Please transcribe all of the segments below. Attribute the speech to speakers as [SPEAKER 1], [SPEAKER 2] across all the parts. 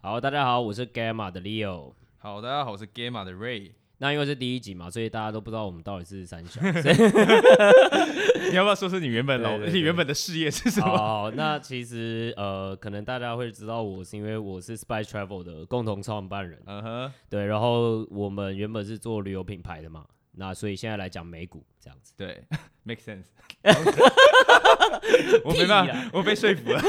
[SPEAKER 1] 好，大家好，我是 Gamma 的 Leo。
[SPEAKER 2] 好，大家好，我是 Gamma 的 Ray。
[SPEAKER 1] 那因为是第一集嘛，所以大家都不知道我们到底是三小。
[SPEAKER 2] 你要不要说说你原本老
[SPEAKER 1] 对对对
[SPEAKER 2] 你原本的事业是什么？
[SPEAKER 1] 好，那其实呃，可能大家会知道我是因为我是 Spy Travel 的共同创办人，
[SPEAKER 2] 嗯哼，
[SPEAKER 1] 对。然后我们原本是做旅游品牌的嘛，那所以现在来讲美股这样子。
[SPEAKER 2] 对，make sense。我没办
[SPEAKER 1] 屁
[SPEAKER 2] 法
[SPEAKER 1] 啦，
[SPEAKER 2] 我被说服了。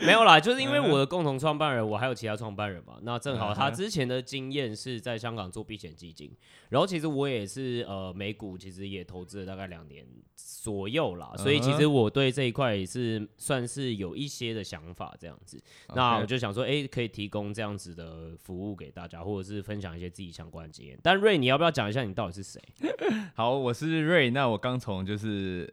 [SPEAKER 1] 没有啦，就是因为我的共同创办人，我还有其他创办人嘛。那正好他
[SPEAKER 2] 嗯哼
[SPEAKER 1] 之前的经验是在香港做避险基金，然后其实我也是呃美股，其实也投资了大概两年左右啦，所以其实
[SPEAKER 2] 嗯
[SPEAKER 1] 我对这一块也是算是有一些的想法这样子。那我就想说，哎、可以提供这样子的服务给大家，或者是分享一些自己相关的经验。但瑞，你要不要讲一下你到底是 谁？
[SPEAKER 2] 好，我是 Ray，那我刚从就是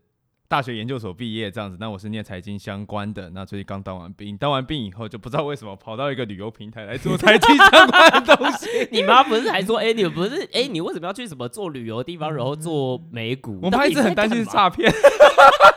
[SPEAKER 2] 大学研究所毕业这样子，那我是念财经相关的，那最近刚当完兵，当完兵以后就不知道为什么跑到一个旅游平台来做财经相关的东西，
[SPEAKER 1] 你妈不是还说，哎、你不是，哎、你为什么要去什么做旅游的地方，然后做美股？
[SPEAKER 2] 我妈一直很担心是
[SPEAKER 1] 到底
[SPEAKER 2] 诈骗。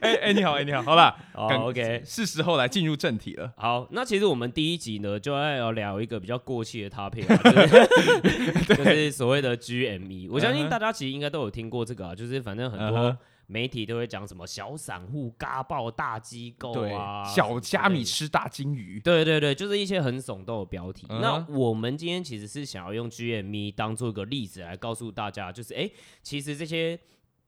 [SPEAKER 2] 哎哎，你好，哎你好，好啦，
[SPEAKER 1] 在干嘛。
[SPEAKER 2] 感
[SPEAKER 1] 哦，OK。
[SPEAKER 2] 是时候来进入正题了。
[SPEAKER 1] 好，那其实我们第一集呢，就要聊一个比较过气的 topic，、啊 就是、 就是所谓的 GME。我相
[SPEAKER 2] 嗯
[SPEAKER 1] 信
[SPEAKER 2] 哼
[SPEAKER 1] 大家其实应该都有听过这个啊，就是反正很
[SPEAKER 2] 嗯
[SPEAKER 1] 多
[SPEAKER 2] 哼
[SPEAKER 1] 媒体都会讲什么小散户嘎爆大机构
[SPEAKER 2] 对
[SPEAKER 1] 啊，，
[SPEAKER 2] 小虾米
[SPEAKER 1] 吃。
[SPEAKER 2] 吃大金鱼。
[SPEAKER 1] 对对对，就是一些很耸动的标题。
[SPEAKER 2] 嗯
[SPEAKER 1] 那我们今天其实是想要用 GME 当做一个例子来告诉大家，就是哎，诶其实这些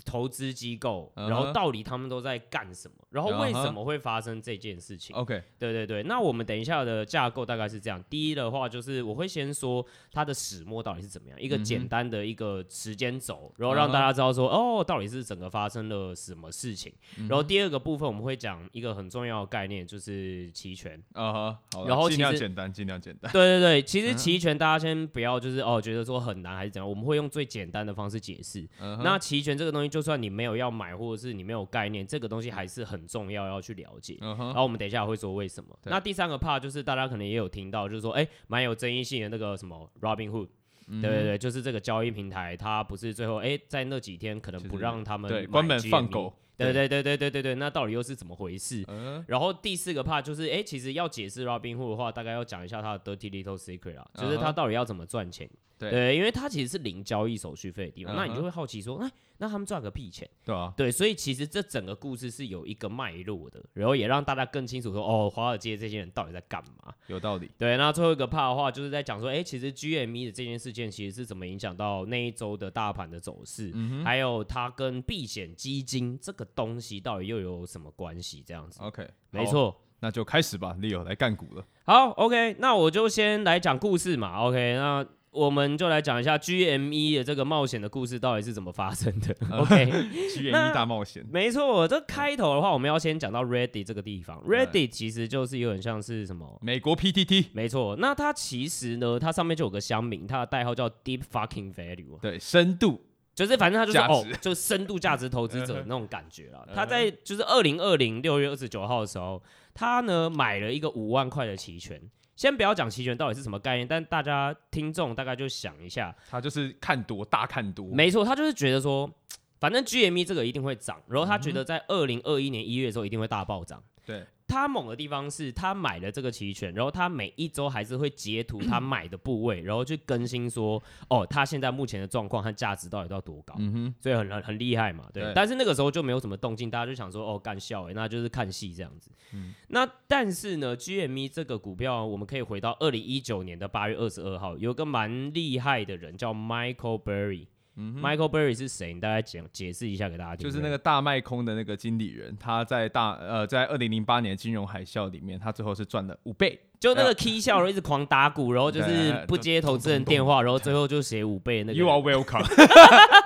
[SPEAKER 1] 投资机构，
[SPEAKER 2] 嗯哼
[SPEAKER 1] 然后到底他们都在干什么，然后为
[SPEAKER 2] 嗯哼
[SPEAKER 1] 什么会发生这件事情？
[SPEAKER 2] OK，
[SPEAKER 1] 对对对，那我们等一下的架构大概是这样。第一的话就是我会先说它的始末到底是怎么样，一个
[SPEAKER 2] 嗯哼嗯
[SPEAKER 1] 简单的一个时间轴，然后让大家知道说哦，到底是整个发生了什么事情。
[SPEAKER 2] 嗯
[SPEAKER 1] 然后第二个部分我们会讲一个很重要的概念，就是期权。
[SPEAKER 2] 啊哈，好啦
[SPEAKER 1] 然后
[SPEAKER 2] 尽
[SPEAKER 1] 其
[SPEAKER 2] 量
[SPEAKER 1] 实
[SPEAKER 2] 简单，尽量简单。
[SPEAKER 1] 对对对，其
[SPEAKER 2] 嗯
[SPEAKER 1] 实期权大家先不要就是哦觉得说很难还是怎样，我们会用最简单的方式解释。
[SPEAKER 2] 嗯哼
[SPEAKER 1] 那期权这个东西，就算你没有要买或者是你没有概念，这个东西还是很重要要去了解。
[SPEAKER 2] 嗯
[SPEAKER 1] 然
[SPEAKER 2] 哼，
[SPEAKER 1] 后我们等一下会说为什么。
[SPEAKER 2] 对
[SPEAKER 1] 那第三个 part 就是大家可能也有听到，就是说，哎，蛮有争议性的那个什么 Robinhood，、对对
[SPEAKER 2] 嗯
[SPEAKER 1] 对，就是这个交易平台，它不是最后哎在那几天可能
[SPEAKER 2] 就是
[SPEAKER 1] 不让他们
[SPEAKER 2] 对，
[SPEAKER 1] 买
[SPEAKER 2] 关门放
[SPEAKER 1] GME
[SPEAKER 2] 狗。
[SPEAKER 1] 对对对对对对对，那到底又是怎么回事？
[SPEAKER 2] 嗯
[SPEAKER 1] 然后第四个 part 就是，哎、其实要解释 Robinhood 的话，大概要讲一下它的 dirty little secret 啦，就是
[SPEAKER 2] 嗯
[SPEAKER 1] 它
[SPEAKER 2] 哼
[SPEAKER 1] 到底要怎么赚钱。
[SPEAKER 2] 对
[SPEAKER 1] 因为它其实是零交易手续费的地方，那你
[SPEAKER 2] 嗯
[SPEAKER 1] 就
[SPEAKER 2] 哼
[SPEAKER 1] 会好奇说，哎、那他们赚个屁钱？
[SPEAKER 2] 对啊，
[SPEAKER 1] 对，所以其实这整个故事是有一个脉络的，然后也让大家更清楚说，哦，华尔街这些人到底在干嘛？
[SPEAKER 2] 有道理。
[SPEAKER 1] 对，那最后一个 part 的话，就是在讲说，哎，其实 GME 的这件事件其实是怎么影响到那一周的大盘的走势，还有它跟避险基金这个东西到底又有什么关系？这样子，
[SPEAKER 2] OK，
[SPEAKER 1] 没
[SPEAKER 2] 好，
[SPEAKER 1] 错。
[SPEAKER 2] 那就开始吧，Leo 来 干股了。
[SPEAKER 1] 好，OK，那我就先来讲故事嘛。OK，那我们就来讲一下 GME 的这个冒险的故事到底是怎么发生的。OK，
[SPEAKER 2] 七元
[SPEAKER 1] 那
[SPEAKER 2] 一大冒险。
[SPEAKER 1] 没错，这开头的话，我们要先讲到 Reddit 这个地方。Reddit 其实就是有点像是什么？
[SPEAKER 2] 美国 PTT
[SPEAKER 1] 没错，那它其实呢，它上面就有个乡民，它的代号叫 Deep Fucking Value 啊。
[SPEAKER 2] 对深度，
[SPEAKER 1] 就是反正他就是
[SPEAKER 2] 价值
[SPEAKER 1] 哦，就是深度价值投资者那种感觉啦
[SPEAKER 2] 嗯。哼
[SPEAKER 1] 他在就是二零二零六月二十九号的时候，他呢买了一个五万块的期权。先不要讲期权到底是什么概念，但大家听众大概就想一下，
[SPEAKER 2] 他就是看多大看多。
[SPEAKER 1] 没错，他就是觉得说，反正 GME 这个一定会涨，然后他
[SPEAKER 2] 嗯
[SPEAKER 1] 觉得在二零二一年一月的时候一定会大暴涨。
[SPEAKER 2] 对，
[SPEAKER 1] 他猛的地方是他买了这个期权，然后他每一周还是会截图他买的部位，然后去更新说，哦，他现在目前的状况和价值到底到多高。
[SPEAKER 2] 嗯哼，
[SPEAKER 1] 所以很很很厉害嘛，对。
[SPEAKER 2] 对
[SPEAKER 1] 但是那个时候就没有什么动静，大家就想说哦干笑哎、那就是看戏这样子。
[SPEAKER 2] 嗯
[SPEAKER 1] 那但是呢，GME 这个股票，我们可以回到二零一九年的八月二十二号，有个蛮厉害的人叫 Michael Berry。Michael Berry 是谁？你大概讲解释一下给大家听。
[SPEAKER 2] 嗯就是那个大卖空的那个经理人，他在大呃在二零零八年金融海啸里面，他最后是赚了五倍。
[SPEAKER 1] 就那个 K 笑，然后一直狂打鼓，然后就是
[SPEAKER 2] 哎对哎
[SPEAKER 1] 不接投资人电话，然后最后就写五倍那个人。
[SPEAKER 2] You are welcome。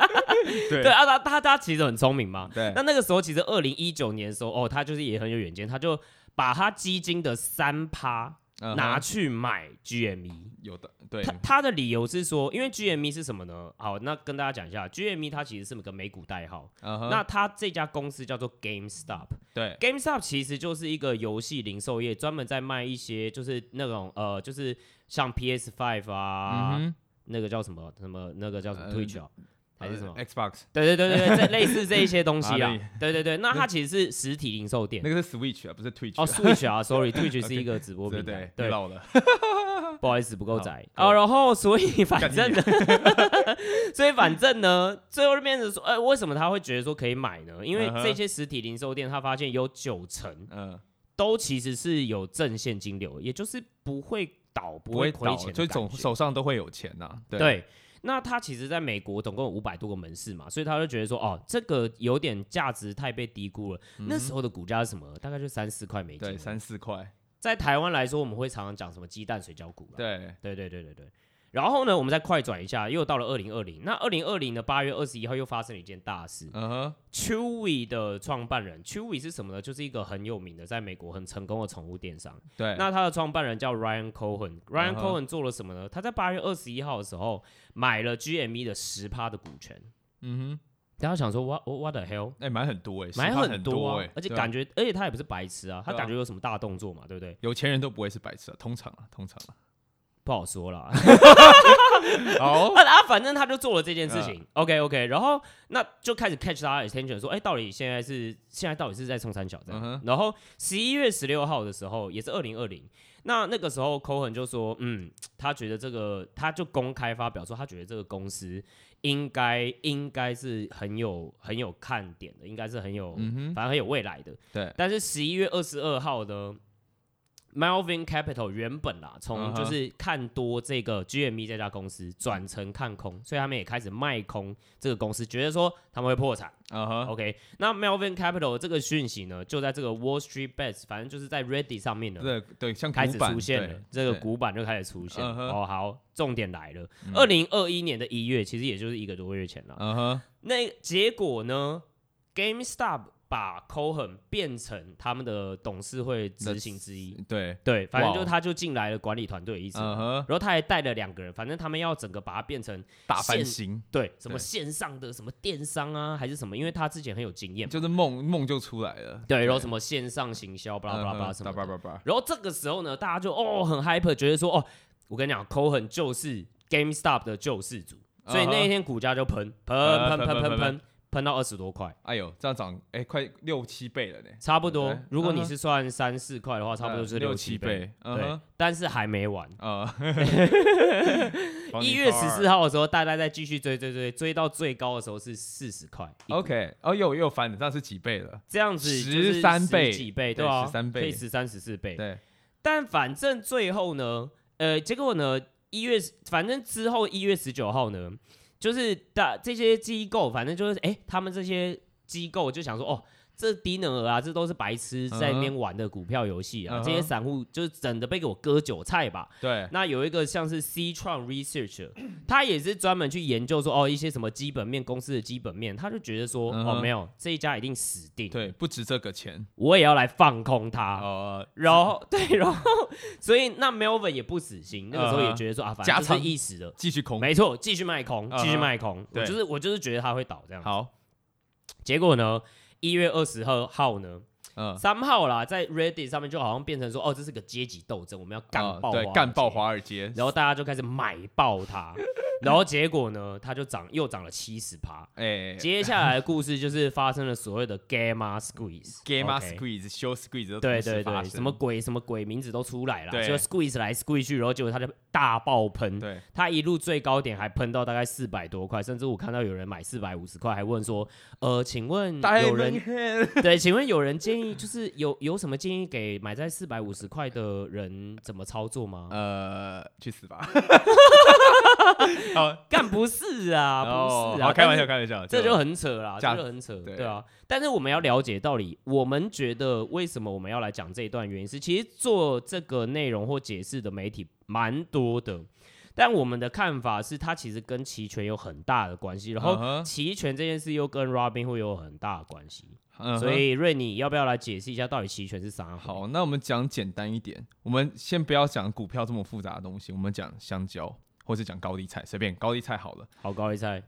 [SPEAKER 1] 对啊，他他他其实很聪明嘛。
[SPEAKER 2] 对
[SPEAKER 1] 那那个时候其实二零一九年的时候，哦，他就是也很有远见，他就把他基金的三趴
[SPEAKER 2] 嗯哼
[SPEAKER 1] 拿去买 GME。
[SPEAKER 2] 有的对
[SPEAKER 1] 他他的理由是说，因为 GME 是什么呢？好，那跟大家讲一下，GME 它其实是个美股代号。
[SPEAKER 2] 嗯哼
[SPEAKER 1] 那它这家公司叫做 GameStop。
[SPEAKER 2] 对
[SPEAKER 1] GameStop 其实就是一个游戏零售业，专门在卖一些就是那种呃，就是像 PS Five 啊，
[SPEAKER 2] 嗯哼
[SPEAKER 1] 那个叫什么什么那个叫什么
[SPEAKER 2] 呃
[SPEAKER 1] Twitch 啊，还是什么？
[SPEAKER 2] 呃 Xbox
[SPEAKER 1] 对对对对对，这类似这一些东西
[SPEAKER 2] 啊
[SPEAKER 1] 啦
[SPEAKER 2] 类。
[SPEAKER 1] 对对对，那它其实是实体零售店
[SPEAKER 2] 那。个是 Switch 啊，不是 Twitch
[SPEAKER 1] 哦
[SPEAKER 2] 啊。
[SPEAKER 1] ，Switch 啊，Sorry，Twitch 是一个直播
[SPEAKER 2] 对
[SPEAKER 1] 平
[SPEAKER 2] 对
[SPEAKER 1] 台，，
[SPEAKER 2] 你
[SPEAKER 1] 对，
[SPEAKER 2] 老了，
[SPEAKER 1] 不好意思，不够窄
[SPEAKER 2] 好
[SPEAKER 1] 啊。然后，所以反
[SPEAKER 2] 干
[SPEAKER 1] 正呢， 所以反正呢，最后面是说，呃，为什么他会觉得说可以买呢？因为
[SPEAKER 2] 嗯哼
[SPEAKER 1] 这些实体零售店，他发现有九成
[SPEAKER 2] 嗯，
[SPEAKER 1] 都其实是有正现金流，也就是不会倒、不
[SPEAKER 2] 不会
[SPEAKER 1] 亏
[SPEAKER 2] 倒，
[SPEAKER 1] 钱的感觉，
[SPEAKER 2] 就总手上都会有钱呐。对，
[SPEAKER 1] 对，那他其实在美国总共有五百多个门市嘛，所以他就觉得说，哦，这个有点价值太被低估了。那时候的股价是什么？大概就三四块美金
[SPEAKER 2] 对，
[SPEAKER 1] 了。
[SPEAKER 2] 三四块，
[SPEAKER 1] 在台湾来说，我们会常常讲什么鸡蛋水饺股啦。
[SPEAKER 2] 对，
[SPEAKER 1] 对对对对对。然后呢，我们再快转一下，又到了二零二零。那二零二零的八月二十一号又发生了一件大事。
[SPEAKER 2] 嗯哼，
[SPEAKER 1] Chewy 的创办人，Chewy 是什么呢？就是一个很有名的，在美国很成功的宠物电商。
[SPEAKER 2] 对，
[SPEAKER 1] 那他的创办人叫 Ryan Cohen。Ryan
[SPEAKER 2] 哎嗯哼
[SPEAKER 1] Cohen 做了什么呢？他在八月二十一号的时候买了 GME 的十趴的股权。
[SPEAKER 2] 嗯
[SPEAKER 1] 大家想说，what what the hell？
[SPEAKER 2] 哼，哎，买很多哎，
[SPEAKER 1] 买
[SPEAKER 2] 10%
[SPEAKER 1] 很
[SPEAKER 2] 很多
[SPEAKER 1] 啊
[SPEAKER 2] 哎，，
[SPEAKER 1] 而且
[SPEAKER 2] 对啊
[SPEAKER 1] 感觉，而且他也不是白痴啊，他
[SPEAKER 2] 对啊
[SPEAKER 1] 感觉有什么大动作嘛，对不对？
[SPEAKER 2] 有钱人都不会是白痴啊，通常啊，通常 啊。
[SPEAKER 1] 不好说 啦。
[SPEAKER 2] 哦，
[SPEAKER 1] 啊啊，反正他就做了这件事情。OK OK，然后那就开始 catch 他的 attention，说，哎、到底现在是现在到底是在冲三小这样。
[SPEAKER 2] 嗯哼
[SPEAKER 1] 然后十一月十六号的时候，也是二零二零，那那个时候 Cohen 就说，嗯，他觉得这个，他就公开发表说，他觉得这个公司应该应该是很有很有看点的，应该是很有、
[SPEAKER 2] 嗯哼，
[SPEAKER 1] 反正很有未来的。
[SPEAKER 2] 对，
[SPEAKER 1] 但是十一月二十二号呢 Melvin Capital 原本啦，从
[SPEAKER 2] 嗯哼
[SPEAKER 1] 就是看多这个 GME 这家公司，转成看空，所以他们也开始卖空这个公司，觉得说他们会破产。
[SPEAKER 2] 啊哈，
[SPEAKER 1] OK，那 Melvin Capital 这个讯息呢，就在这个 Wall Street Bets，反正就是在 Reddit 上面呢。
[SPEAKER 2] 对对，像
[SPEAKER 1] 开
[SPEAKER 2] 古
[SPEAKER 1] 始
[SPEAKER 2] 板
[SPEAKER 1] 出现
[SPEAKER 2] 对
[SPEAKER 1] 了，这个
[SPEAKER 2] 对
[SPEAKER 1] 古板就开始出现了。
[SPEAKER 2] 嗯哼
[SPEAKER 1] 哦，好，重点来了，二零二一年的一月，其实也就是一个多月前了。
[SPEAKER 2] 嗯哼，
[SPEAKER 1] 那结果呢？GameStop 把 Cohen 变成他们的董事会执行之一，
[SPEAKER 2] 对，
[SPEAKER 1] 对，反正就
[SPEAKER 2] 哇哦
[SPEAKER 1] 他就进来了管理团队一次，
[SPEAKER 2] 嗯
[SPEAKER 1] 然
[SPEAKER 2] 哼，
[SPEAKER 1] 后他还带了两个人，反正他们要整个把它变成
[SPEAKER 2] 大翻
[SPEAKER 1] 现
[SPEAKER 2] 新，
[SPEAKER 1] 对什么
[SPEAKER 2] 对
[SPEAKER 1] 线上的什么电商啊，还是什么，因为他之前很有经验嘛，
[SPEAKER 2] 就是梦梦就出来了，
[SPEAKER 1] 对，然后什么线上行销，巴拉巴拉
[SPEAKER 2] 嗯
[SPEAKER 1] 巴拉
[SPEAKER 2] 哼
[SPEAKER 1] 什么
[SPEAKER 2] 叭
[SPEAKER 1] 的，
[SPEAKER 2] 叭叭叭，
[SPEAKER 1] 然后这个时候呢，大家就哦很 hyper，觉得说哦，我跟你讲，Cohen 就是 GameStop 的救世主，所以那一天股价就喷喷喷喷喷喷喷到二十多块。
[SPEAKER 2] 哎呦，这样涨，哎，快六七倍了呢，
[SPEAKER 1] 差不多
[SPEAKER 2] 对，
[SPEAKER 1] 如果你
[SPEAKER 2] 嗯哼
[SPEAKER 1] 是算三四块的话，差不多
[SPEAKER 2] 嗯
[SPEAKER 1] 是
[SPEAKER 2] 六
[SPEAKER 1] 七倍。
[SPEAKER 2] 倍，嗯
[SPEAKER 1] 对
[SPEAKER 2] 哼，，
[SPEAKER 1] 但是还没完。
[SPEAKER 2] 啊，
[SPEAKER 1] 一月十四号的时候，大家再继续追追追，追到最高的时候是四十块。
[SPEAKER 2] ，OK，哦，又又翻了，这样是几倍了？
[SPEAKER 1] 这样子就是
[SPEAKER 2] 13倍
[SPEAKER 1] 10几倍，
[SPEAKER 2] 对
[SPEAKER 1] 啊，
[SPEAKER 2] 13倍
[SPEAKER 1] 可以十三十四倍。
[SPEAKER 2] 对，
[SPEAKER 1] 但反正最后呢，呃，结果呢，一月反正之后一月十九号呢，就是大这些机构，反正就是哎、诶他们这些机构就想说，哦，这低能儿啊，这都是白痴在那边玩的股票游戏啊
[SPEAKER 2] 嗯嗯哼嗯
[SPEAKER 1] 这些散户就是整的被给我割韭菜吧。
[SPEAKER 2] 对，
[SPEAKER 1] 那有一个像是 C 创 Research，他也是专门去研究说，哦，一些什么基本面公司的基本面，他就觉得说，
[SPEAKER 2] 嗯
[SPEAKER 1] 哦，
[SPEAKER 2] 哼
[SPEAKER 1] 没有这一家一定死定，
[SPEAKER 2] 对，不值这个钱，
[SPEAKER 1] 我也要来放空它。
[SPEAKER 2] 哦，
[SPEAKER 1] 然后对，然后所以那 Melvin 也不死心，那个时候
[SPEAKER 2] 嗯哼
[SPEAKER 1] 也觉得说啊，反正
[SPEAKER 2] 加
[SPEAKER 1] 就是
[SPEAKER 2] 仓
[SPEAKER 1] 一时的，
[SPEAKER 2] 继续空，
[SPEAKER 1] 没错，继续卖空，继续
[SPEAKER 2] 嗯哼
[SPEAKER 1] 卖空。我
[SPEAKER 2] 对
[SPEAKER 1] 就是我就是觉得他会倒这样。
[SPEAKER 2] 好，
[SPEAKER 1] 结果呢，一月二十号号呢，
[SPEAKER 2] 嗯，
[SPEAKER 1] 三号啦，在 Reddit 上面就好像变成说，哦，这是个阶级斗争，我们要
[SPEAKER 2] 哦
[SPEAKER 1] 干爆华尔
[SPEAKER 2] 对
[SPEAKER 1] 街，
[SPEAKER 2] 干爆华尔街，
[SPEAKER 1] 然后大家就开始买爆 它，然后结果呢，它就涨，又涨了七十趴。
[SPEAKER 2] 哎
[SPEAKER 1] 接下来的故事就是发生了所谓的 gamma squeeze。
[SPEAKER 2] ，Gamma
[SPEAKER 1] OK
[SPEAKER 2] Squeeze、Show Squeeze 都
[SPEAKER 1] 对
[SPEAKER 2] 同时
[SPEAKER 1] 对
[SPEAKER 2] 发
[SPEAKER 1] 对，
[SPEAKER 2] 生
[SPEAKER 1] 什么鬼什么鬼名字都出来了，
[SPEAKER 2] 对
[SPEAKER 1] 就 squeeze 来 squeeze 去，然后结果它就大爆喷，
[SPEAKER 2] 对，
[SPEAKER 1] 它一路最高点还喷到大概四百多块，甚至我看到有人买四百五十块，还问说，呃，请问有人对，请问有人建议就是有有什么建议给买在四百五十块的人怎么操作吗？
[SPEAKER 2] 呃，去 死吧！好，
[SPEAKER 1] 干不是啊，
[SPEAKER 2] 哦
[SPEAKER 1] 不是啊，
[SPEAKER 2] 好，开
[SPEAKER 1] 但
[SPEAKER 2] 玩
[SPEAKER 1] 是
[SPEAKER 2] 笑，开玩笑，
[SPEAKER 1] 这就很扯啦，
[SPEAKER 2] 价
[SPEAKER 1] 这就很扯，
[SPEAKER 2] 对
[SPEAKER 1] 对啊。但是我们要了解到底，我们觉得为什么我们要来讲这一段原因是，其实做这个内容或解释的媒体蛮多的，但我们的看法是，它其实跟期权有很大的关系，然
[SPEAKER 2] 嗯
[SPEAKER 1] 后。
[SPEAKER 2] 哼
[SPEAKER 1] 期权这件事又跟 Robin 会有很大的关系，
[SPEAKER 2] 嗯哼
[SPEAKER 1] 所以瑞你要不要来解释一下到底期权是啥？，
[SPEAKER 2] 好，那我们讲简单一点，我们先不要讲股票这么复杂的东西，我们讲香蕉或者讲高丽菜，随便高丽菜好了。
[SPEAKER 1] 好高一猜，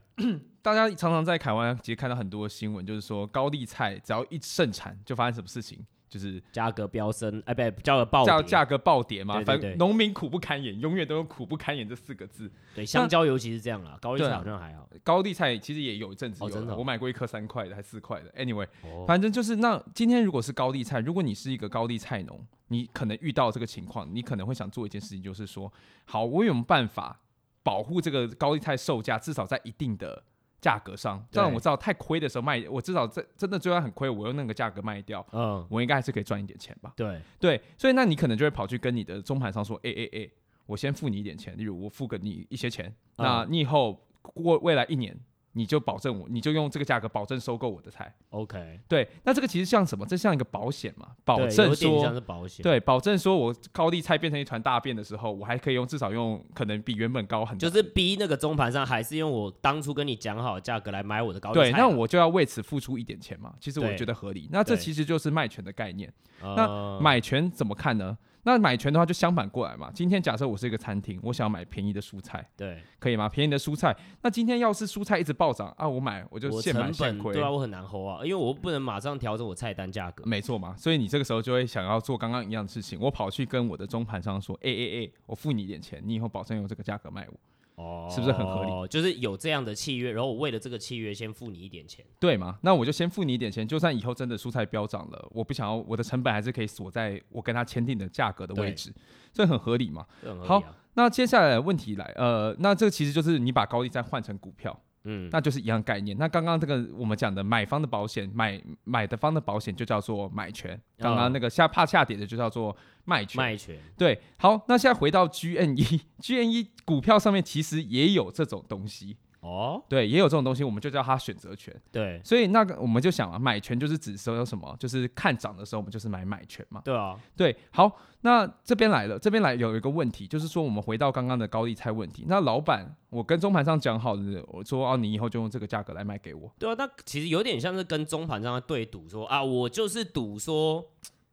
[SPEAKER 2] 大家常常在台湾其实看到很多新闻，就是说高丽菜只要一盛产，就发生什么事情，就是
[SPEAKER 1] 价格飙升，哎，不，价格暴
[SPEAKER 2] 价
[SPEAKER 1] 跌。
[SPEAKER 2] 价格暴跌嘛，
[SPEAKER 1] 对对
[SPEAKER 2] 反
[SPEAKER 1] 对
[SPEAKER 2] 正农民苦不堪言，永远都有苦不堪言这四个字。
[SPEAKER 1] 对，香蕉尤其是这样啦，高丽
[SPEAKER 2] 对
[SPEAKER 1] 菜
[SPEAKER 2] 啊
[SPEAKER 1] 好像还好。
[SPEAKER 2] 高丽菜其实也有一阵子
[SPEAKER 1] 哦
[SPEAKER 2] 有了、
[SPEAKER 1] 真的哦
[SPEAKER 2] 我买过一颗三块的，还四块的。Anyway，
[SPEAKER 1] 哦，
[SPEAKER 2] 反正就是那今天如果是高丽菜，如果你是一个高丽菜农，你可能遇到这个情况，你可能会想做一件事情，就是说，好，我有没有办法保护这个高丽菜售价至少在一定的价格上，
[SPEAKER 1] 对
[SPEAKER 2] 让我知道太亏的时候卖，我至少在真的就算很亏，我用那个价格卖掉，
[SPEAKER 1] 嗯，
[SPEAKER 2] 我应该还是可以赚一点钱吧。
[SPEAKER 1] 对，
[SPEAKER 2] 对，所以那你可能就会跑去跟你的中盘商说，哎哎哎，我先付你一点钱，例如我付给你一些钱，那
[SPEAKER 1] 嗯
[SPEAKER 2] 你以后过未来一年，你就保证我，你就用这个价格保证收购我的菜。
[SPEAKER 1] OK，
[SPEAKER 2] 对，那这个其实像什么？这像一个保险嘛，保
[SPEAKER 1] 对
[SPEAKER 2] 证
[SPEAKER 1] 有点像
[SPEAKER 2] 说。
[SPEAKER 1] 是保险，，
[SPEAKER 2] 对，保证说我高丽菜变成一团大便的时候，我还可以用至少用可能比原本高很多。
[SPEAKER 1] 就是逼那个中盘商还是用我当初跟你讲好的价格来买我的高丽菜
[SPEAKER 2] 对，
[SPEAKER 1] 啊。
[SPEAKER 2] 那我就要为此付出一点钱嘛。其实我
[SPEAKER 1] 对
[SPEAKER 2] 觉得合理。那这
[SPEAKER 1] 对嗯
[SPEAKER 2] 其实就是卖权的概念。
[SPEAKER 1] 那
[SPEAKER 2] 买权怎么看呢？那买权的话就相反过来嘛。今天假设我是一个餐厅，我想要买便宜的蔬菜，
[SPEAKER 1] 对，
[SPEAKER 2] 可以吗？便宜的蔬菜，那今天要是蔬菜一直暴涨啊，我买我就
[SPEAKER 1] 我
[SPEAKER 2] 现买
[SPEAKER 1] 成
[SPEAKER 2] 现
[SPEAKER 1] 本
[SPEAKER 2] 亏嗯
[SPEAKER 1] 对，啊，我很难 hold 啊，因为我不能马上调整我菜单价格。
[SPEAKER 2] 没错嘛。所以你这个时候就会想要做刚刚一样的事情，我跑去跟我的中盘商说，哎哎哎，我付你一点钱，你以后保证用这个价格卖我，
[SPEAKER 1] 哦，
[SPEAKER 2] 是不是很合理
[SPEAKER 1] 理？就是有这样的契约，然后我为了这个契约先付你一点钱。
[SPEAKER 2] 对吗？那我就先付你一点钱，就算以后真的蔬菜飙涨了，我不想要我的成本还是可以锁在我跟他签订的价格的位
[SPEAKER 1] 对
[SPEAKER 2] 置，这很合理嘛。
[SPEAKER 1] 这很合
[SPEAKER 2] 好
[SPEAKER 1] 理啊，
[SPEAKER 2] 那接下来问题来，呃，那这其实就是你把高利贷换成股票。
[SPEAKER 1] 嗯，
[SPEAKER 2] 那就是一样概念。那刚刚这个我们讲的买方的保险，买买的方的保险就叫做买权。刚
[SPEAKER 1] 啊
[SPEAKER 2] 刚那个下怕下跌的就叫做卖权。
[SPEAKER 1] 卖权
[SPEAKER 2] 对，好，那现在回到 E，GNE，GNE 股票上面其实也有这种东西，
[SPEAKER 1] 哦，
[SPEAKER 2] 对，也有这种东西，我们就叫它选择权。
[SPEAKER 1] 对
[SPEAKER 2] 所以那个我们就想啊，买权就是指说有什么，就是看涨的时候我们就是买买权嘛。
[SPEAKER 1] 对啊，
[SPEAKER 2] 对，好，那这边来了，这边来有一个问题，就是说我们回到刚刚的高利菜问题。那老板，我跟中盘上讲好的，我说哦，你以后就用这个价格来卖给我。
[SPEAKER 1] 对啊，那其实有点像是跟中盘商对赌说啊，我就是赌说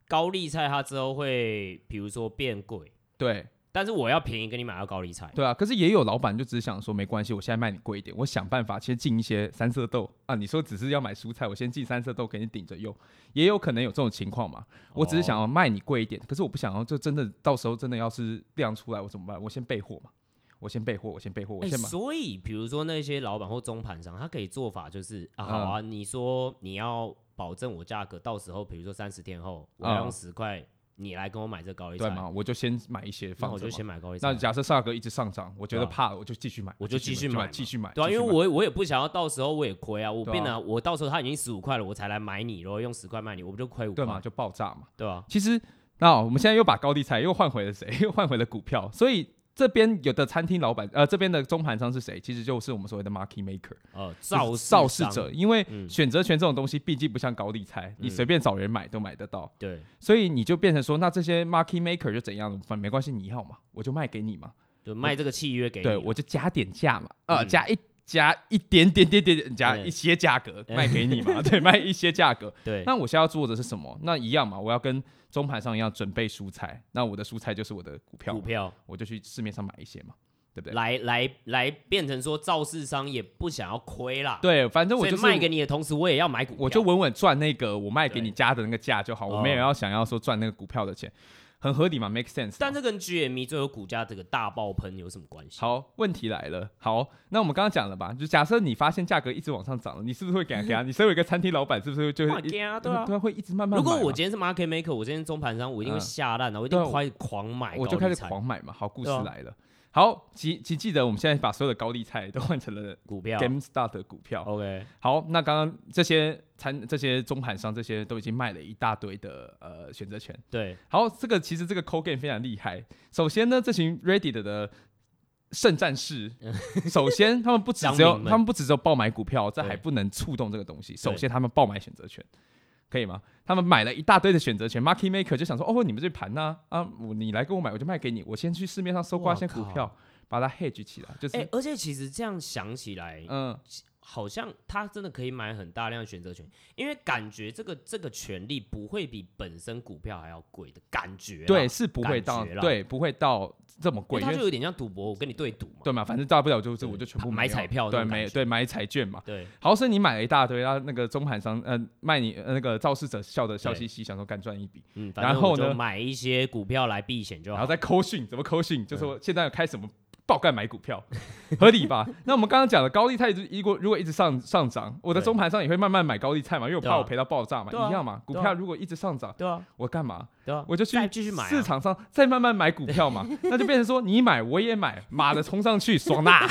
[SPEAKER 1] 高利菜它之后会，比如说变贵，
[SPEAKER 2] 对
[SPEAKER 1] 但是我要便宜跟你买到高利菜。
[SPEAKER 2] 对啊，可是也有老板就只是想说，没关系，我现在卖你贵一点，我想办法先进一些三色豆啊。你说只是要买蔬菜，我先进三色豆给你顶着用，也有可能有这种情况嘛。我只是想
[SPEAKER 1] 哦
[SPEAKER 2] 要卖你贵一点，可是我不想要，就真的到时候真的要是量出来，我怎么办？我先备货嘛，我先备货，我先备货，我
[SPEAKER 1] 哎
[SPEAKER 2] 先买。
[SPEAKER 1] 所以比如说那些老板或中盘商，他可以做法就是啊，
[SPEAKER 2] 嗯
[SPEAKER 1] 好啊，你说你要保证我价格，到时候比如说三十天后，我要
[SPEAKER 2] 嗯
[SPEAKER 1] 用十块，你来跟我买这高利
[SPEAKER 2] 对
[SPEAKER 1] 菜，
[SPEAKER 2] 嘛，我就先买一些
[SPEAKER 1] 那
[SPEAKER 2] 放
[SPEAKER 1] 我
[SPEAKER 2] 着
[SPEAKER 1] 就
[SPEAKER 2] 嘛。
[SPEAKER 1] 先买高利菜
[SPEAKER 2] 那。假设价格一直上涨，我觉得
[SPEAKER 1] 对啊
[SPEAKER 2] 怕了，我就继续买，
[SPEAKER 1] 我就继续买嘛
[SPEAKER 2] 继续买。
[SPEAKER 1] 对啊，
[SPEAKER 2] 继
[SPEAKER 1] 因
[SPEAKER 2] 续
[SPEAKER 1] 为
[SPEAKER 2] 买
[SPEAKER 1] 我也我也不想要到时候我也亏啊，我
[SPEAKER 2] 对啊
[SPEAKER 1] 变得我到时候他已经十五块了，我才来买你，然后用十块卖你，我不就亏五
[SPEAKER 2] 对嘛
[SPEAKER 1] 块？
[SPEAKER 2] 就爆炸嘛。
[SPEAKER 1] 对啊，
[SPEAKER 2] 其实，那、我们现在又把高利菜又换回了谁？ 又换回了股票。所以这边有的餐厅老板，呃，这边的中盘商是谁？其实就是我们所谓的 market maker，
[SPEAKER 1] 呃，
[SPEAKER 2] 就
[SPEAKER 1] 肇
[SPEAKER 2] 是肇
[SPEAKER 1] 事
[SPEAKER 2] 事
[SPEAKER 1] 商
[SPEAKER 2] 者。，因为
[SPEAKER 1] 嗯
[SPEAKER 2] 选择权这种东西，毕竟不像高利菜，你
[SPEAKER 1] 嗯
[SPEAKER 2] 随便找人买都买得到。
[SPEAKER 1] 对
[SPEAKER 2] 所以你就变成说，那这些 market maker 就怎样了？反正没关系，你要嘛，我就卖给你嘛，
[SPEAKER 1] 就卖这个契约给你，
[SPEAKER 2] 对我就加点价嘛，呃，
[SPEAKER 1] 嗯
[SPEAKER 2] 加一。加一点点点点点，加
[SPEAKER 1] 嗯
[SPEAKER 2] 一些价格卖给你嘛， 对，卖一些价格，
[SPEAKER 1] 对
[SPEAKER 2] 那我现在要做的是什么？那一样嘛，我要跟中盘商一样准备蔬菜。那我的蔬菜就是我的股票嘛，
[SPEAKER 1] 股票
[SPEAKER 2] 我就去市面上买一些嘛，对不对？
[SPEAKER 1] 来来来变成说肇事商也不想要亏啦，
[SPEAKER 2] 对，反正我
[SPEAKER 1] 所以
[SPEAKER 2] 就是
[SPEAKER 1] 卖给你的同时，我也要买股票，
[SPEAKER 2] 我就稳稳赚那个我卖给
[SPEAKER 1] 对
[SPEAKER 2] 你加的那个价就好，我
[SPEAKER 1] 哦
[SPEAKER 2] 没有要想要说赚那个股票的钱，很合理嘛，make sense 嘛。
[SPEAKER 1] 但这跟 GME 最后股价这个大爆喷有什么关系？
[SPEAKER 2] 好，问题来了。好，那我们刚刚讲了吧？就假设你发现价格一直往上涨了，你是不是会给他给他？你身为一个餐厅老板，是不是就
[SPEAKER 1] 哇
[SPEAKER 2] 会一
[SPEAKER 1] 惊啊，对啊。
[SPEAKER 2] 对会一直慢慢买
[SPEAKER 1] 如
[SPEAKER 2] 嘛？
[SPEAKER 1] 果我今天是 market maker，我今天是中盘商，我一定会
[SPEAKER 2] 嗯
[SPEAKER 1] 下烂的，我一
[SPEAKER 2] 对啊
[SPEAKER 1] 定开始狂买，
[SPEAKER 2] 我就开始，狂买嘛。好，故事
[SPEAKER 1] 对啊
[SPEAKER 2] 来了。好，请请记得，我们现在把所有的高利菜都换成了
[SPEAKER 1] 股票
[SPEAKER 2] GameStar 的股票。
[SPEAKER 1] ，OK，
[SPEAKER 2] 好，那刚刚这些参这些中盘商这些都已经卖了一大堆的呃选择权。
[SPEAKER 1] 对，
[SPEAKER 2] 好，这个其实这个 c o game 非常厉害。首先呢，这群 Reddit 的圣战 士，首先他们不只只
[SPEAKER 1] 乡
[SPEAKER 2] 有
[SPEAKER 1] 民们
[SPEAKER 2] 他们不只只有爆买股票，这
[SPEAKER 1] 对
[SPEAKER 2] 还不能触动这个东西。首先他们爆买选择权，可以吗？他们买了一大堆的选择权，Market Maker 就想说，哦，你们这盘呢、啊，我你来跟我买，我就卖给你，我先去市面上搜刮
[SPEAKER 1] 哇
[SPEAKER 2] 一些股
[SPEAKER 1] 靠
[SPEAKER 2] 票，把它 hedge 起来，就是、
[SPEAKER 1] 哎，而且其实这样想起来，
[SPEAKER 2] 嗯，
[SPEAKER 1] 好像他真的可以买很大量的选择权，因为感觉这个这个权利不会比本身股票还要贵的感觉啦。
[SPEAKER 2] 对，是不会
[SPEAKER 1] 感
[SPEAKER 2] 到
[SPEAKER 1] 觉，啦
[SPEAKER 2] 对，不会到这么贵，
[SPEAKER 1] 因为它
[SPEAKER 2] 因
[SPEAKER 1] 就
[SPEAKER 2] 为
[SPEAKER 1] 有点像赌博，我跟你对赌嘛。
[SPEAKER 2] 对嘛，反正大不了就是我就全部
[SPEAKER 1] 买
[SPEAKER 2] 掉
[SPEAKER 1] 彩票那
[SPEAKER 2] 对
[SPEAKER 1] 种
[SPEAKER 2] 买
[SPEAKER 1] 感觉
[SPEAKER 2] 对买彩券嘛。
[SPEAKER 1] 对，
[SPEAKER 2] 豪生你买了一大堆，然后那个中盘商呃卖你呃那个肇事者笑的笑嘻嘻，想说干赚一笔，
[SPEAKER 1] 嗯，反
[SPEAKER 2] 然
[SPEAKER 1] 正
[SPEAKER 2] 后
[SPEAKER 1] 我就
[SPEAKER 2] 呢
[SPEAKER 1] 买一些股票来避险就
[SPEAKER 2] 然
[SPEAKER 1] 好
[SPEAKER 2] 后。再扣讯，怎么扣讯？就说现在开什么爆干买股票，合理吧？那我们刚刚讲的高利贷就一果如果一直上上涨，我的
[SPEAKER 1] 对
[SPEAKER 2] 中盘上也会慢慢买高利贷嘛，因为我
[SPEAKER 1] 对
[SPEAKER 2] 怕
[SPEAKER 1] 啊
[SPEAKER 2] 我赔到爆炸嘛，
[SPEAKER 1] 对啊
[SPEAKER 2] 一样嘛。股
[SPEAKER 1] 对啊
[SPEAKER 2] 票如果一直上涨，
[SPEAKER 1] 对啊，
[SPEAKER 2] 我干嘛？
[SPEAKER 1] 对啊，
[SPEAKER 2] 我就去
[SPEAKER 1] 再继续买啊
[SPEAKER 2] 市场上再慢慢买股 票嘛，那就变成说你买我也买，马的冲上去爽 啦，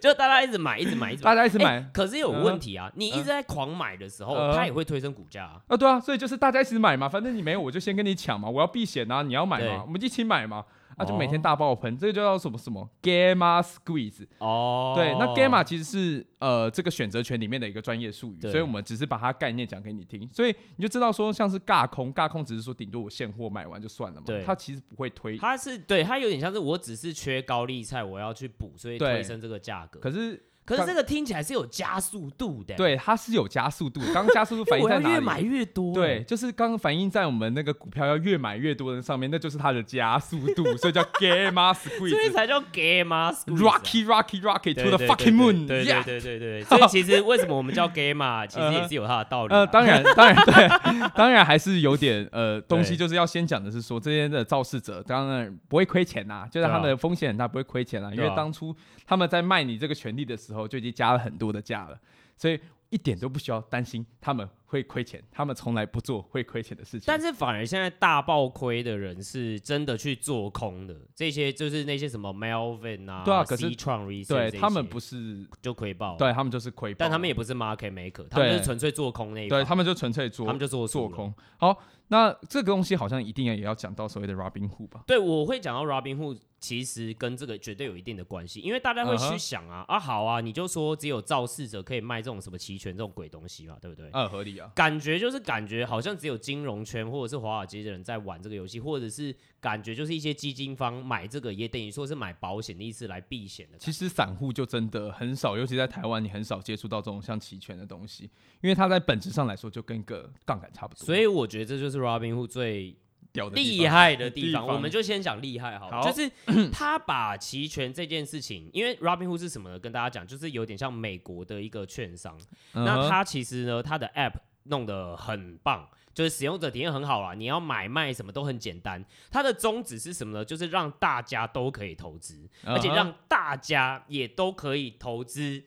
[SPEAKER 1] 就大家一直买，一直买，一直买。
[SPEAKER 2] 大家一直买
[SPEAKER 1] 欸可是有
[SPEAKER 2] 嗯
[SPEAKER 1] 问题啊，你一直在狂买的时候，
[SPEAKER 2] 嗯
[SPEAKER 1] 它也会推升股价啊。
[SPEAKER 2] 啊，对啊，所以就是大家一起买嘛，反正你没有我就先跟你抢嘛，我要避险啊，你要买
[SPEAKER 1] 对
[SPEAKER 2] 嘛，我们一起买嘛，啊就每
[SPEAKER 1] 哦
[SPEAKER 2] 天大爆喷，这个叫什么什么 gamma squeeze，
[SPEAKER 1] 哦
[SPEAKER 2] 对，那 gamma 其实是呃这个选择权里面的一个专业术语，
[SPEAKER 1] 对
[SPEAKER 2] 所以我们只是把它概念讲给你听，所以你就知道说像是尬空，尬空只是说顶多我现货买完就算了嘛
[SPEAKER 1] 对，
[SPEAKER 2] 它其实不会推，
[SPEAKER 1] 它是对它有点像是我只是缺高利菜，我要去补，所以
[SPEAKER 2] 对
[SPEAKER 1] 推升这个价格。
[SPEAKER 2] 可是
[SPEAKER 1] 可是
[SPEAKER 2] 刚
[SPEAKER 1] 这个听起来是有加速度的、，
[SPEAKER 2] 对它是有加速度，刚刚加速度反
[SPEAKER 1] 因为
[SPEAKER 2] 映
[SPEAKER 1] 我
[SPEAKER 2] 在
[SPEAKER 1] 要
[SPEAKER 2] 哪
[SPEAKER 1] 越
[SPEAKER 2] 里？
[SPEAKER 1] 买越多。
[SPEAKER 2] 对，，就是刚刚反映在我们那个股票要越买越多的上面，那就是它的加速度，所以叫 gamma
[SPEAKER 1] 所以
[SPEAKER 2] squeeze。
[SPEAKER 1] 才叫 gamma squeeze 啊。
[SPEAKER 2] Rocky, Rocky, Rocky
[SPEAKER 1] 对
[SPEAKER 2] to the
[SPEAKER 1] 对对
[SPEAKER 2] fucking
[SPEAKER 1] 对
[SPEAKER 2] moon.
[SPEAKER 1] 对
[SPEAKER 2] Yeah.
[SPEAKER 1] 对对对，对所以其实为什么我们叫 gamma，其实也是有它的道理啊。
[SPEAKER 2] 呃，当然，当然，对，当然还是有点呃东西，
[SPEAKER 1] 对
[SPEAKER 2] 就是要先讲的是说，这些的肇事者当然不会亏钱呐、就是
[SPEAKER 1] 对啊
[SPEAKER 2] 他们的风险很大，不会亏钱啦、因
[SPEAKER 1] 对
[SPEAKER 2] 为
[SPEAKER 1] 啊
[SPEAKER 2] 当初他们在卖你这个权利的时候，就已经加了很多的价了，所以一点都不需要担心他们会亏钱，他们从来不做会亏钱的事情。
[SPEAKER 1] 但是反而现在大爆亏的人是真的去做空的，这些就是那些什么 Melvin 啊，
[SPEAKER 2] 对啊可是
[SPEAKER 1] C 创 Research，这
[SPEAKER 2] 对
[SPEAKER 1] 些
[SPEAKER 2] 他们不是，
[SPEAKER 1] 就亏爆，，
[SPEAKER 2] 对他们就是亏爆，
[SPEAKER 1] 哦但他们也不是 market maker，他们就是纯粹做空那一方，
[SPEAKER 2] 对他们就纯粹做
[SPEAKER 1] 他们就做
[SPEAKER 2] 做
[SPEAKER 1] 空。
[SPEAKER 2] 空。好，那这个东西好像一定也要讲到所谓的 Robin Hood 吧？
[SPEAKER 1] 对，我会讲到 Robinhood，其实跟这个绝对有一定的关系，因为大家会
[SPEAKER 2] 嗯
[SPEAKER 1] 去
[SPEAKER 2] 哼
[SPEAKER 1] 想啊啊好啊，你就说只有肇事者可以卖这种什么期权这种鬼东西嘛，对不对？
[SPEAKER 2] 呃，合理啊。
[SPEAKER 1] 感觉就是感觉好像只有金融圈或者是华尔街的人在玩这个游戏，或者是感觉就是一些基金方买这个也等于说是买保险的意思来避险的。
[SPEAKER 2] 其实散户就真的很少，尤其在台湾，你很少接触到这种像期权的东西，因为它在本质上来说就跟个杠杆差不多。
[SPEAKER 1] 所以啊我觉得这就是 Robinhood 最
[SPEAKER 2] 屌的地
[SPEAKER 1] 厉
[SPEAKER 2] 方，
[SPEAKER 1] 害的地
[SPEAKER 2] 地
[SPEAKER 1] 方，
[SPEAKER 2] 方
[SPEAKER 1] 我们就先讲厉害好了，
[SPEAKER 2] 好
[SPEAKER 1] 就是 他把期权这件事情，因为 Robinhood 是什么呢？跟大家讲，就是有点像美国的一个券商，那
[SPEAKER 2] 嗯哼
[SPEAKER 1] 它其实呢，它的 App 弄得很棒，就是使用者体验很好啦。你要买卖什么都很简单。它的宗旨是什么呢？就是让大家都可以投资，而且
[SPEAKER 2] 嗯哼
[SPEAKER 1] 让大家也都可以投资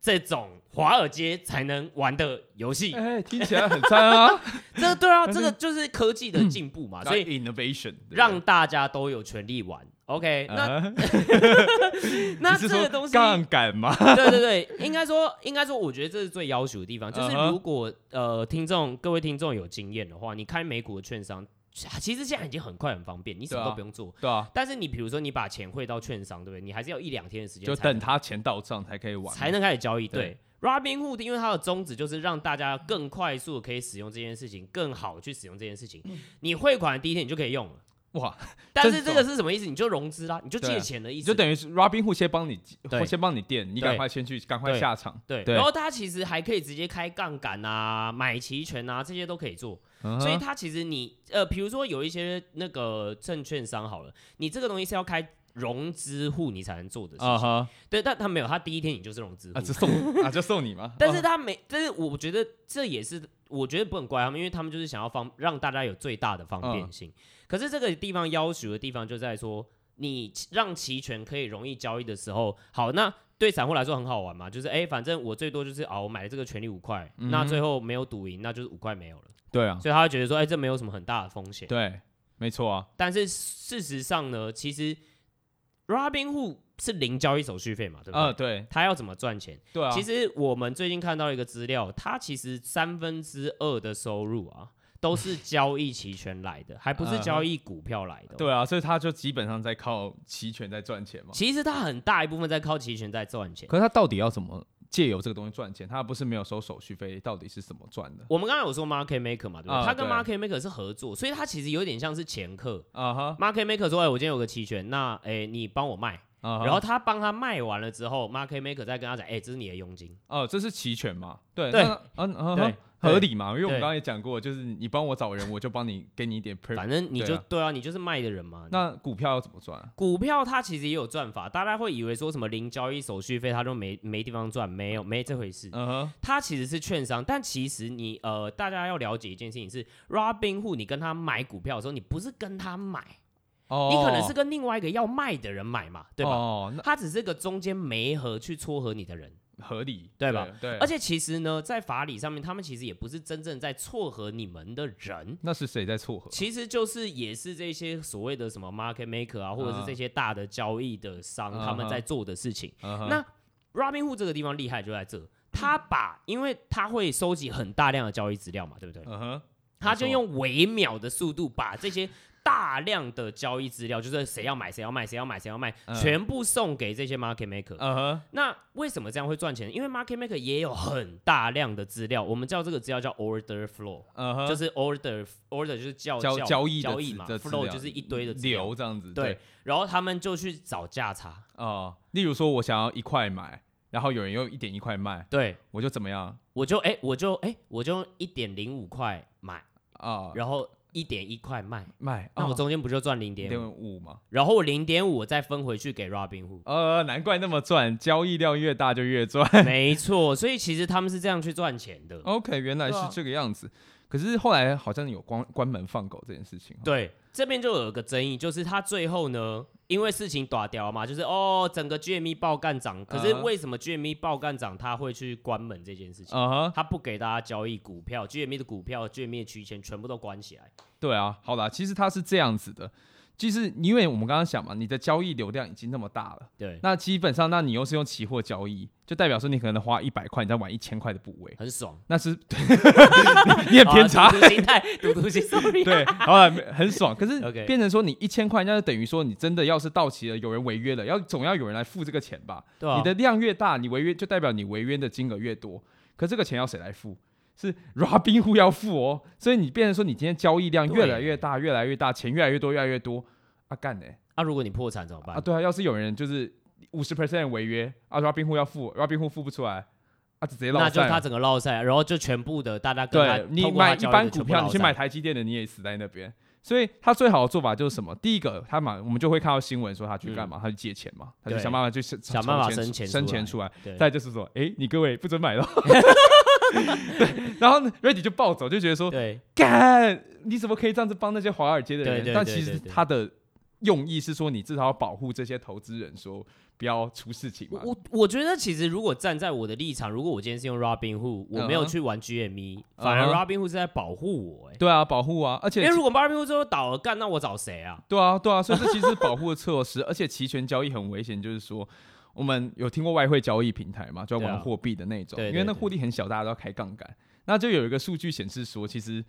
[SPEAKER 1] 这种华尔街才能玩的游 戏。
[SPEAKER 2] 哎、听起来很 赞啊，
[SPEAKER 1] 这个对啊，这个就是科技的进步嘛，所以
[SPEAKER 2] innovation 嗯对不对
[SPEAKER 1] 让大家都有权利玩。OK，那
[SPEAKER 2] 啊
[SPEAKER 1] 那
[SPEAKER 2] 你是
[SPEAKER 1] 这
[SPEAKER 2] 说
[SPEAKER 1] 个东西
[SPEAKER 2] 杠杆吗？
[SPEAKER 1] 对对对，应该说，应该说，我觉得这是最要求的地方，就是
[SPEAKER 2] 嗯哼
[SPEAKER 1] 如果呃，听众各位听众有经验的话，你开美股的券商，其实现在已经很快很方便，你什么
[SPEAKER 2] 对啊
[SPEAKER 1] 都不用做。
[SPEAKER 2] 对啊，
[SPEAKER 1] 但是你比如说你把钱汇到券商，对不对？你还是要一两天的时间
[SPEAKER 2] 就
[SPEAKER 1] 才能
[SPEAKER 2] 等它钱到账才可以玩，
[SPEAKER 1] 才能开始交易。
[SPEAKER 2] 对
[SPEAKER 1] 对 Robinhood 因为它的宗旨就是让大家更快速地可以使用这件事情，更好去使用这件事情。你汇款的第一天你就可以用了，
[SPEAKER 2] 哇，
[SPEAKER 1] 但
[SPEAKER 2] 真
[SPEAKER 1] 是
[SPEAKER 2] 爽
[SPEAKER 1] 这个是什么意思？你就融资啦，你就
[SPEAKER 2] 对
[SPEAKER 1] 借
[SPEAKER 2] 啊
[SPEAKER 1] 钱的意思，
[SPEAKER 2] 就等于是 Robin Hood 先帮你
[SPEAKER 1] 对，
[SPEAKER 2] 先帮你垫，你
[SPEAKER 1] 对
[SPEAKER 2] 赶快先去，赶快
[SPEAKER 1] 对
[SPEAKER 2] 下场。
[SPEAKER 1] 对，
[SPEAKER 2] 对
[SPEAKER 1] 然后它其实还可以直接开杠杆啊、买期权啊，这些都可以做。
[SPEAKER 2] 嗯哼
[SPEAKER 1] 所以它其实你呃，比如说有一些那个证券商好了，你这个东西是要开融资户你才能做的事情。
[SPEAKER 2] 啊哈，
[SPEAKER 1] 对，但他没有，他第一天你就是融资户。
[SPEAKER 2] 啊就送啊就送你嘛。
[SPEAKER 1] 但是他没，但是我觉得这也是，我觉得不能怪他们，因为他们就是想要方让大家有最大的方便性。可是这个地方要求的地方就在说，你让期权可以容易交易的时候，好，那对散户来说很好玩嘛，就是哎、反正我最多就是哦，我买了这个权利五块，那最后没有赌赢，那就是五块没有了，
[SPEAKER 2] 对啊，
[SPEAKER 1] 所以他会觉得说，哎、这没有什么很大的风险。
[SPEAKER 2] 对，没错啊。
[SPEAKER 1] 但是事实上呢，其实 Robinhood 是零交易手续费嘛，对不对？
[SPEAKER 2] 嗯，对，
[SPEAKER 1] 他要怎么赚钱？
[SPEAKER 2] 对啊。
[SPEAKER 1] 其实我们最近看到一个资料，它其实三分之二的收入啊，都是交易期权来的，还不是交易股票来的、
[SPEAKER 2] 嗯对，啊，所以他就基本上在靠期权在赚钱嘛。
[SPEAKER 1] 其实它很大一部分在靠期权在赚钱。
[SPEAKER 2] 可是他到底要怎么借由这个东西赚钱？他不是没有收手续费，到底是怎么赚的？
[SPEAKER 1] 我们刚刚有说 market maker 嘛，对不对？
[SPEAKER 2] 啊
[SPEAKER 1] 它跟
[SPEAKER 2] 对
[SPEAKER 1] market maker 是合作，所以它其实有点像是前客。
[SPEAKER 2] 啊哈，
[SPEAKER 1] market maker 说：“哎、我今天有个期权，那哎、你帮我卖。
[SPEAKER 2] 啊哈
[SPEAKER 1] 然后他帮他卖完了之后，market maker 再跟他讲：“哎、这是你的佣金。
[SPEAKER 2] 哦，这是期权嘛？对
[SPEAKER 1] 对
[SPEAKER 2] 那嗯嗯，
[SPEAKER 1] 对
[SPEAKER 2] 哼合理嘛？因为我们
[SPEAKER 1] 对
[SPEAKER 2] 刚刚也讲过，就是你帮我找人，我就帮你给你一点 per。
[SPEAKER 1] 反正你就
[SPEAKER 2] 对啊
[SPEAKER 1] 对啊，你就是卖的人嘛。
[SPEAKER 2] 那股票要怎么赚啊？
[SPEAKER 1] 股票它其实也有赚法，大家会以为说什么零交易手续费它都没没地方赚，没有没这回事。
[SPEAKER 2] 嗯哼，
[SPEAKER 1] 它其实是券商，但其实你呃，大家要了解一件事情是，Robinhood 你跟他买股票的时候，你不是跟他买，
[SPEAKER 2] 哦，
[SPEAKER 1] 你可能是跟另外一个要卖的人买嘛，对吧？
[SPEAKER 2] 哦，那
[SPEAKER 1] 他只是个中间媒合去撮合你的人，
[SPEAKER 2] 合理，
[SPEAKER 1] 对吧？
[SPEAKER 2] 对，
[SPEAKER 1] 而
[SPEAKER 2] 且
[SPEAKER 1] 且其实呢，在法理上面，他们其实也不是真正在撮合你们的人，
[SPEAKER 2] 那是谁在撮合？
[SPEAKER 1] 其实就是也是这些所谓的什么 market maker 啊，或者是
[SPEAKER 2] 啊
[SPEAKER 1] 这些大的交易的商、
[SPEAKER 2] 啊哈
[SPEAKER 1] 他们在做的事情。
[SPEAKER 2] 嗯哼
[SPEAKER 1] 那 Robinhood 这个地方厉害就在这，他把因为他会收集很大量的交易资料嘛，对不对？
[SPEAKER 2] 嗯哼，
[SPEAKER 1] 他就用微秒的速度把这些大量的交易资料，就是谁要买谁要卖谁要买谁要卖，
[SPEAKER 2] 嗯
[SPEAKER 1] 全部送给这些 market maker。
[SPEAKER 2] 嗯哼，
[SPEAKER 1] 那为什么这样会赚钱？因为 market maker 也有很大量的资料，我们叫这个资料叫 order flow，、
[SPEAKER 2] 嗯哼，
[SPEAKER 1] 就是 order order 就是叫
[SPEAKER 2] 交
[SPEAKER 1] 叫
[SPEAKER 2] 交易的
[SPEAKER 1] 交易
[SPEAKER 2] 资
[SPEAKER 1] 嘛
[SPEAKER 2] 的资
[SPEAKER 1] ，flow
[SPEAKER 2] 料
[SPEAKER 1] 就是一堆的资料
[SPEAKER 2] 流这样子，
[SPEAKER 1] 对，然后他们就去找价差，
[SPEAKER 2] 哦，例如说我想要一块买，然后有人用一点一块卖，
[SPEAKER 1] 对
[SPEAKER 2] 我就怎么样
[SPEAKER 1] 我就哎、我就哎、我就用一点零五块买，
[SPEAKER 2] 啊？
[SPEAKER 1] 然后一点一块卖，
[SPEAKER 2] 卖，
[SPEAKER 1] 那我
[SPEAKER 2] 哦
[SPEAKER 1] 中间不就赚零
[SPEAKER 2] 一
[SPEAKER 1] 点
[SPEAKER 2] 点
[SPEAKER 1] 五？
[SPEAKER 2] 五嘛。
[SPEAKER 1] 然后我零点五我再分回去给 Robinhood。
[SPEAKER 2] 呃，难怪那么赚，交易量越大就越赚。
[SPEAKER 1] 没错，所以其实他们是这样去赚钱的。
[SPEAKER 2] OK，原来
[SPEAKER 1] 对啊
[SPEAKER 2] 是这个样子。可是后来好像有关关门放狗这件事情哦。
[SPEAKER 1] 对，这边就有个争议，就是他最后呢，因为事情打掉嘛，就是哦，整个 GME 爆干涨，可是
[SPEAKER 2] 啊哈
[SPEAKER 1] 为什么 GME 爆干涨他会去关门这件事情？
[SPEAKER 2] 啊哈，
[SPEAKER 1] 他不给大家交易股票，GME 的股票、GME 的区间全部都关起来。
[SPEAKER 2] 对啊，好啦，其实它是这样子的，就是因为我们刚刚讲嘛，你的交易流量已经那么大了，
[SPEAKER 1] 对，
[SPEAKER 2] 那基本上，那你又是用期货交易，就代表说你可能花一百块，你再玩一千块的部位，
[SPEAKER 1] 很爽。
[SPEAKER 2] 那是 你很偏差
[SPEAKER 1] 啊，赌徒心态，赌徒心，sorry。
[SPEAKER 2] 对，好了，很爽。可是
[SPEAKER 1] OK
[SPEAKER 2] 变成说你一千块，那就等于说你真的要是到期了，有人违约了，要总要有人来付这个钱吧？
[SPEAKER 1] 对啊
[SPEAKER 2] 你的量越大，你违约就代表你违约的金额越多。可这个钱要谁来付？是 Robinhood 要付哦。所以你变成说你今天交易量越来越大，越来越大，钱越来越多，越来越多。啊干呢、
[SPEAKER 1] 啊，如果你破产怎么办
[SPEAKER 2] 啊，？对啊，要是有人就是五十 percent 违约，啊 Robinhood 要付，Robinhood 付不出来，啊直接落
[SPEAKER 1] 那就
[SPEAKER 2] 赛
[SPEAKER 1] 他
[SPEAKER 2] 啊。
[SPEAKER 1] 整个落赛，然后就全部的大家跟他
[SPEAKER 2] 对你
[SPEAKER 1] 透过他
[SPEAKER 2] 买一
[SPEAKER 1] 交易
[SPEAKER 2] 般
[SPEAKER 1] 的
[SPEAKER 2] 股
[SPEAKER 1] 全部
[SPEAKER 2] 票，
[SPEAKER 1] 落
[SPEAKER 2] 你去
[SPEAKER 1] 赛
[SPEAKER 2] 买台积电的，你也死在那边。所以他最好的做法就是什么？第一个，他嘛，我们就会看到新闻说他去干嘛？他去借钱嘛，他就
[SPEAKER 1] 嗯对
[SPEAKER 2] 想办法去想
[SPEAKER 1] 想办法生钱
[SPEAKER 2] 钱
[SPEAKER 1] 出
[SPEAKER 2] 生
[SPEAKER 1] 来
[SPEAKER 2] 出来。
[SPEAKER 1] 对
[SPEAKER 2] 再就是说，诶，你各位不准买 了。 对，然后呢 Ready 就暴走，就觉得说，
[SPEAKER 1] 对
[SPEAKER 2] 干，你怎么可以这样子帮那些华尔街的
[SPEAKER 1] 对
[SPEAKER 2] 人？
[SPEAKER 1] 对
[SPEAKER 2] 但
[SPEAKER 1] 对
[SPEAKER 2] 其实
[SPEAKER 1] 对对
[SPEAKER 2] 他的用意是说，你至少要保护这些投资人，说不要出事情嘛
[SPEAKER 1] 我。我我觉得其实如果站在我的立场，如果我今天是用 Robinhood，我没有
[SPEAKER 2] 嗯哼
[SPEAKER 1] 去玩 GME，反而
[SPEAKER 2] 嗯哼
[SPEAKER 1] Robinhood 是在保护我哎。
[SPEAKER 2] 对啊，保护啊，而且
[SPEAKER 1] 因为如果 Robinhood 最后倒了，干那我找谁啊？
[SPEAKER 2] 对啊，对啊，所以这其实是保护的措施，而 且期权交易很危险，就是说。我们有听过外汇交易平台嘛，就要
[SPEAKER 1] 对
[SPEAKER 2] 玩
[SPEAKER 1] 啊
[SPEAKER 2] 货币的那种，
[SPEAKER 1] 对对
[SPEAKER 2] 因为那
[SPEAKER 1] 对
[SPEAKER 2] 货币很小，大家都要开杠杆。那就有一个数据显示说，其实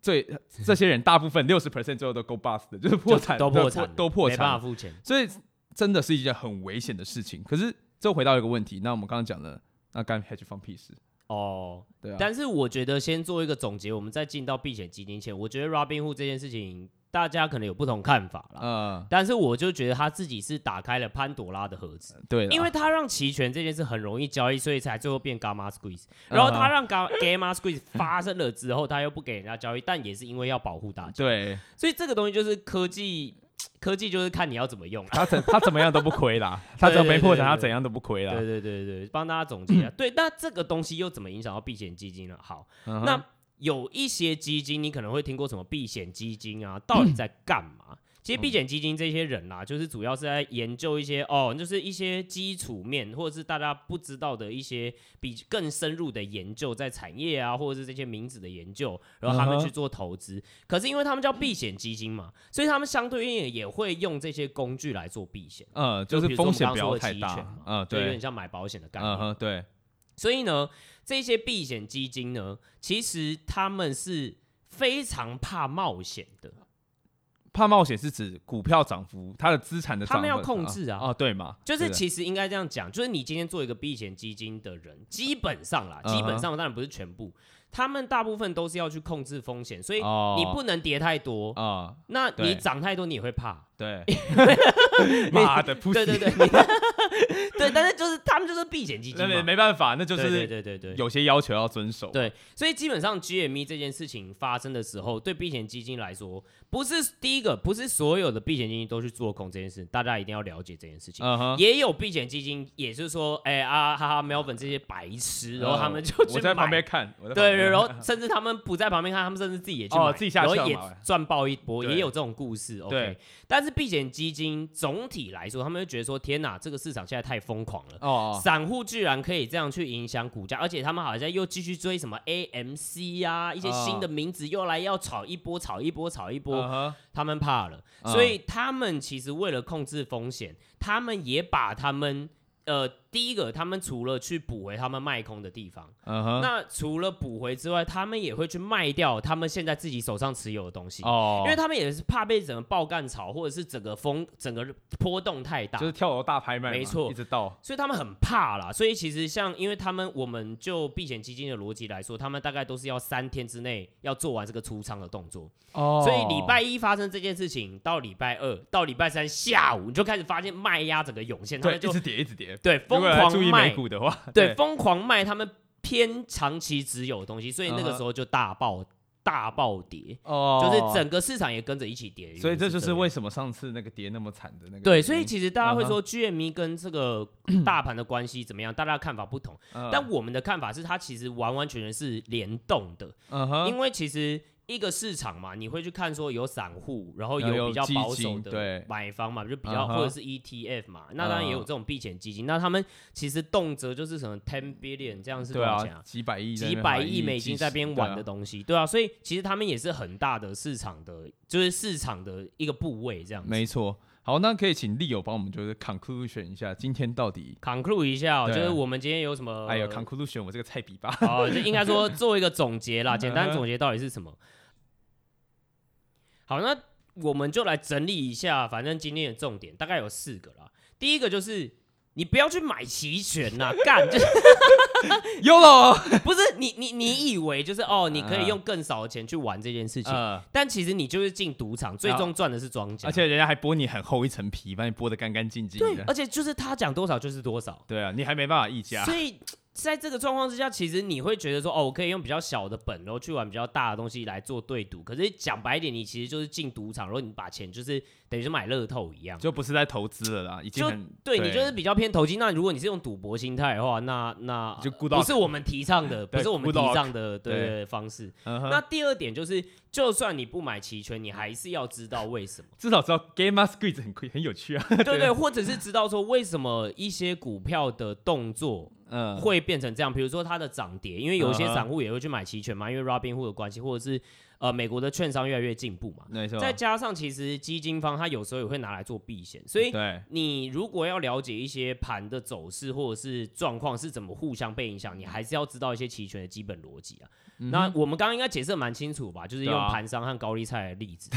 [SPEAKER 2] 最这些人大部分六十 percent 最后都 go bust 的，就是破
[SPEAKER 1] 就
[SPEAKER 2] 产，
[SPEAKER 1] 都
[SPEAKER 2] 对
[SPEAKER 1] 破产了，
[SPEAKER 2] 都破
[SPEAKER 1] 没办法
[SPEAKER 2] 产。
[SPEAKER 1] 付钱。
[SPEAKER 2] 所以真的是一件很危险的事情。可是这回到一个问题，那我们刚刚讲的，那干 hedge 放屁事，
[SPEAKER 1] 哦，
[SPEAKER 2] 对啊，
[SPEAKER 1] 但是我觉得先做一个总结，我们再进到避险基金前，我觉得 Robinhood 这件事情大家可能有不同看法啦。
[SPEAKER 2] 呃，
[SPEAKER 1] 但是我就觉得他自己是打开了潘朵拉的盒子，
[SPEAKER 2] 对啦，啊
[SPEAKER 1] 因为他让期权这件事很容易交易，所以才最后变 gamma squeeze。然后他让 ga- gamma squeeze 发生了之后，他又不给人家交易，但也是因为要保护大家，
[SPEAKER 2] 对
[SPEAKER 1] 所以这个东西就是科技，科技就是看你要怎么用啊。
[SPEAKER 2] 他怎他怎么样都不 亏啦，他只要没破产，他怎样都不亏啦。
[SPEAKER 1] 对对对对，帮大家总结一下。对，那这个东西又怎么影响到避险基金呢？好，
[SPEAKER 2] 嗯哼
[SPEAKER 1] 那有一些基金你可能会听过什么避险基金啊，到底在干嘛？其
[SPEAKER 2] 嗯
[SPEAKER 1] 实避险基金这些人啦、就是主要是在研究一些哦，就是一些基础面或者是大家不知道的一些比更深入的研究，在产业啊或者是这些名字的研究，然后他们
[SPEAKER 2] 嗯哼
[SPEAKER 1] 去做投资。可是因为他们叫避险基金嘛，所以他们相对应也也会用这些工具来做避险，
[SPEAKER 2] 呃，就
[SPEAKER 1] 就是比如说
[SPEAKER 2] 风险
[SPEAKER 1] 我
[SPEAKER 2] 不
[SPEAKER 1] 们刚刚说
[SPEAKER 2] 要
[SPEAKER 1] 的
[SPEAKER 2] 太
[SPEAKER 1] 期
[SPEAKER 2] 大
[SPEAKER 1] 权嘛，
[SPEAKER 2] 嗯，
[SPEAKER 1] 就有
[SPEAKER 2] 对
[SPEAKER 1] 点，像买保险的概念。
[SPEAKER 2] 嗯哼，对，
[SPEAKER 1] 所以呢，这些避险基金呢，其实他们是非常怕冒险的，
[SPEAKER 2] 怕冒险是指股票涨幅，它的资产的涨
[SPEAKER 1] 他
[SPEAKER 2] 幅，
[SPEAKER 1] 们要控制啊
[SPEAKER 2] 哦，对嘛，
[SPEAKER 1] 就是
[SPEAKER 2] 对的
[SPEAKER 1] 其实应该这样讲，就是你今天做一个避险基金的人，基本上啦，
[SPEAKER 2] 嗯哼
[SPEAKER 1] 基本上当然不是全部，他们大部分都是要去控制风险，所以
[SPEAKER 2] 哦
[SPEAKER 1] 你不能跌太多，
[SPEAKER 2] 啊，
[SPEAKER 1] 那你
[SPEAKER 2] 对
[SPEAKER 1] 涨太多你也会怕。
[SPEAKER 2] 对，妈 的，
[SPEAKER 1] 对对
[SPEAKER 2] pussy，
[SPEAKER 1] 对， 对，但是就是他们就是避险基金
[SPEAKER 2] 那没
[SPEAKER 1] 嘛，
[SPEAKER 2] 没办法，那就
[SPEAKER 1] 对对
[SPEAKER 2] 是
[SPEAKER 1] 对对对。
[SPEAKER 2] 有些要求要遵守。
[SPEAKER 1] 对所以基本上 GME 这件事情发生的时候，对避险基金来说，不是第一个，不是所有的避险基金都去做空这件事，大家一定要了解这件事情。
[SPEAKER 2] 嗯哼，
[SPEAKER 1] 也有避险基金，也是说，哎、啊哈哈，Melvin 这些白痴，然后他们就去
[SPEAKER 2] 呃我在旁
[SPEAKER 1] 买
[SPEAKER 2] 边看，我在旁
[SPEAKER 1] 对
[SPEAKER 2] 边
[SPEAKER 1] 对，
[SPEAKER 2] 看
[SPEAKER 1] 然后甚至他们不在旁边看，他们甚至自己也去
[SPEAKER 2] 哦
[SPEAKER 1] 买
[SPEAKER 2] 自己下
[SPEAKER 1] 然后
[SPEAKER 2] 跳
[SPEAKER 1] 也
[SPEAKER 2] 嘛
[SPEAKER 1] 赚爆一波，也
[SPEAKER 2] 对
[SPEAKER 1] 有这种故事。OK，
[SPEAKER 2] 对
[SPEAKER 1] 但是避险基金总体来说，他们就觉得说，天哪，这个市场现在太疯狂了。
[SPEAKER 2] 哦，
[SPEAKER 1] 散户居然可以这样去影响股价，而且他们好像又继续追什么 AMC 啊，一些
[SPEAKER 2] 哦
[SPEAKER 1] 新的名字又来要炒一波，炒一波，炒一波。
[SPEAKER 2] 嗯哼
[SPEAKER 1] 他们怕了，
[SPEAKER 2] 嗯
[SPEAKER 1] 所以他们其实为了控制风险，他们也把他们呃，第一个，他们除了去补回他们卖空的地方，
[SPEAKER 2] 嗯哼，
[SPEAKER 1] 那除了补回之外，他们也会去卖掉他们现在自己手上持有的东西，
[SPEAKER 2] 哦，
[SPEAKER 1] 因为他们也是怕被整个爆干潮或者是整个风整个波动太大
[SPEAKER 2] 就，是跳楼大拍卖嘛，
[SPEAKER 1] 没错
[SPEAKER 2] 一直到
[SPEAKER 1] 所以他们很怕啦。所以其实像，因为他们我们就避险基金的逻辑来说，他们大概都是要三天之内要做完这个出仓的动作。
[SPEAKER 2] 哦
[SPEAKER 1] 所以礼拜一发生这件事情，到礼拜二到礼拜三下午，你就开始发现卖压整个涌现，他
[SPEAKER 2] 对
[SPEAKER 1] 们
[SPEAKER 2] 一
[SPEAKER 1] 就
[SPEAKER 2] 直跌一直跌，
[SPEAKER 1] 对
[SPEAKER 2] 如
[SPEAKER 1] 疯
[SPEAKER 2] 果来
[SPEAKER 1] 狂
[SPEAKER 2] 注意
[SPEAKER 1] 卖
[SPEAKER 2] 美股的话，
[SPEAKER 1] 对，疯狂卖他们偏长期持有的东西，所以那
[SPEAKER 2] 嗯
[SPEAKER 1] 个
[SPEAKER 2] 哼
[SPEAKER 1] 时候就大爆大暴跌，
[SPEAKER 2] 哦
[SPEAKER 1] 就是整个市场也跟着一起跌。
[SPEAKER 2] 所以这就是
[SPEAKER 1] 样
[SPEAKER 2] 为什么上次那个跌那么惨的那个原因。
[SPEAKER 1] 对，所以其实大家会
[SPEAKER 2] 嗯哼
[SPEAKER 1] 说 GME 跟这 个大盘的关系怎么样，大家看法不同，
[SPEAKER 2] 嗯
[SPEAKER 1] 但我们的看法是它其实完完全全是联动的，
[SPEAKER 2] 嗯哼，
[SPEAKER 1] 因为其实。一个市场嘛，你会去看说有散户，然后
[SPEAKER 2] 然后
[SPEAKER 1] 有
[SPEAKER 2] 有
[SPEAKER 1] 比较
[SPEAKER 2] 基
[SPEAKER 1] 保守
[SPEAKER 2] 金
[SPEAKER 1] 的
[SPEAKER 2] 对
[SPEAKER 1] 买方嘛，就比
[SPEAKER 2] 嗯
[SPEAKER 1] 较
[SPEAKER 2] 哼
[SPEAKER 1] 或者是 ETF 嘛，那当然也有这
[SPEAKER 2] 嗯
[SPEAKER 1] 种避险基金，那他们其实动辄就是什么 ten billion 这样是多
[SPEAKER 2] 对
[SPEAKER 1] 少钱啊
[SPEAKER 2] 啊，？几百亿在那
[SPEAKER 1] 几
[SPEAKER 2] 边
[SPEAKER 1] 百
[SPEAKER 2] 玩
[SPEAKER 1] 亿美
[SPEAKER 2] 几
[SPEAKER 1] 金
[SPEAKER 2] 十
[SPEAKER 1] 在边玩的
[SPEAKER 2] 对啊
[SPEAKER 1] 东西，对啊，所以其实他们也是很大的市场的，就是市场的一个部位这样子。
[SPEAKER 2] 没错。好，那可以请利友帮我们就是 conclusion 一下，今天到底
[SPEAKER 1] conclude 一下、哦，
[SPEAKER 2] 对
[SPEAKER 1] 就
[SPEAKER 2] 啊
[SPEAKER 1] 是我们今天有什么？
[SPEAKER 2] 哎呦 conclusion，我这个菜 比吧。
[SPEAKER 1] 哦，就应该说做一个总结啦，简单总结到底是什么？好，那我们就来整理一下，反正今天的重点大概有四个啦。第一个就是你不要去买期权 呐，干就是。
[SPEAKER 2] 有了，
[SPEAKER 1] 不是你你你以为就是哦，你
[SPEAKER 2] 啊
[SPEAKER 1] 可以用更少的钱去玩这件事情，
[SPEAKER 2] 呃，
[SPEAKER 1] 但其实你就是进赌场，最终赚的是庄家。
[SPEAKER 2] 啊而且人家还剥你很厚一层皮，把你剥得干干净净
[SPEAKER 1] 对，
[SPEAKER 2] 的。
[SPEAKER 1] 而且就是他讲多少就是多少，
[SPEAKER 2] 对啊，你还没办法议价。
[SPEAKER 1] 所以。在这个状况之下，其实你会觉得说，哦，我可以用比较小的本，然后去玩比较大的东西来做对赌。可是讲白一点，你其实就是进赌场，然后你把钱就是等于是买乐透一样。
[SPEAKER 2] 就不是在投资了啦，已经
[SPEAKER 1] 就
[SPEAKER 2] 很
[SPEAKER 1] 对你就是比较偏投机。那如果你是用赌博心态的话，那那
[SPEAKER 2] 你就
[SPEAKER 1] 不
[SPEAKER 2] 孤岛
[SPEAKER 1] 是我们提倡的，不
[SPEAKER 2] 对
[SPEAKER 1] 是我们提
[SPEAKER 2] good luck
[SPEAKER 1] 倡的对
[SPEAKER 2] 对
[SPEAKER 1] 对方式。
[SPEAKER 2] 嗯哼
[SPEAKER 1] 那第二点就是，就算你不买期权，你还是要知道为 什么。
[SPEAKER 2] 至少知道 game a squeeze 很亏很有趣 啊。
[SPEAKER 1] 对对，或者是知道说为什么一些股票的动作
[SPEAKER 2] 嗯，
[SPEAKER 1] 会变成这样，比如说它的涨跌，因为有一些
[SPEAKER 2] 嗯哼
[SPEAKER 1] 散户也会去买期权嘛，因为 Robinhood 的关系，或者是呃美国的券商越来越进步嘛，
[SPEAKER 2] 没错。
[SPEAKER 1] 再加上其实基金方它有时候也会拿来做避险，所以
[SPEAKER 2] 对，
[SPEAKER 1] 你如果要了解一些盘的走势或者是状况是怎么互相被影响，你还是要知道一些期权的基本逻辑啊。那我们刚刚应该解释得蛮清楚吧？就是用
[SPEAKER 2] 嗯对啊
[SPEAKER 1] 盘商和高利贷的 例子。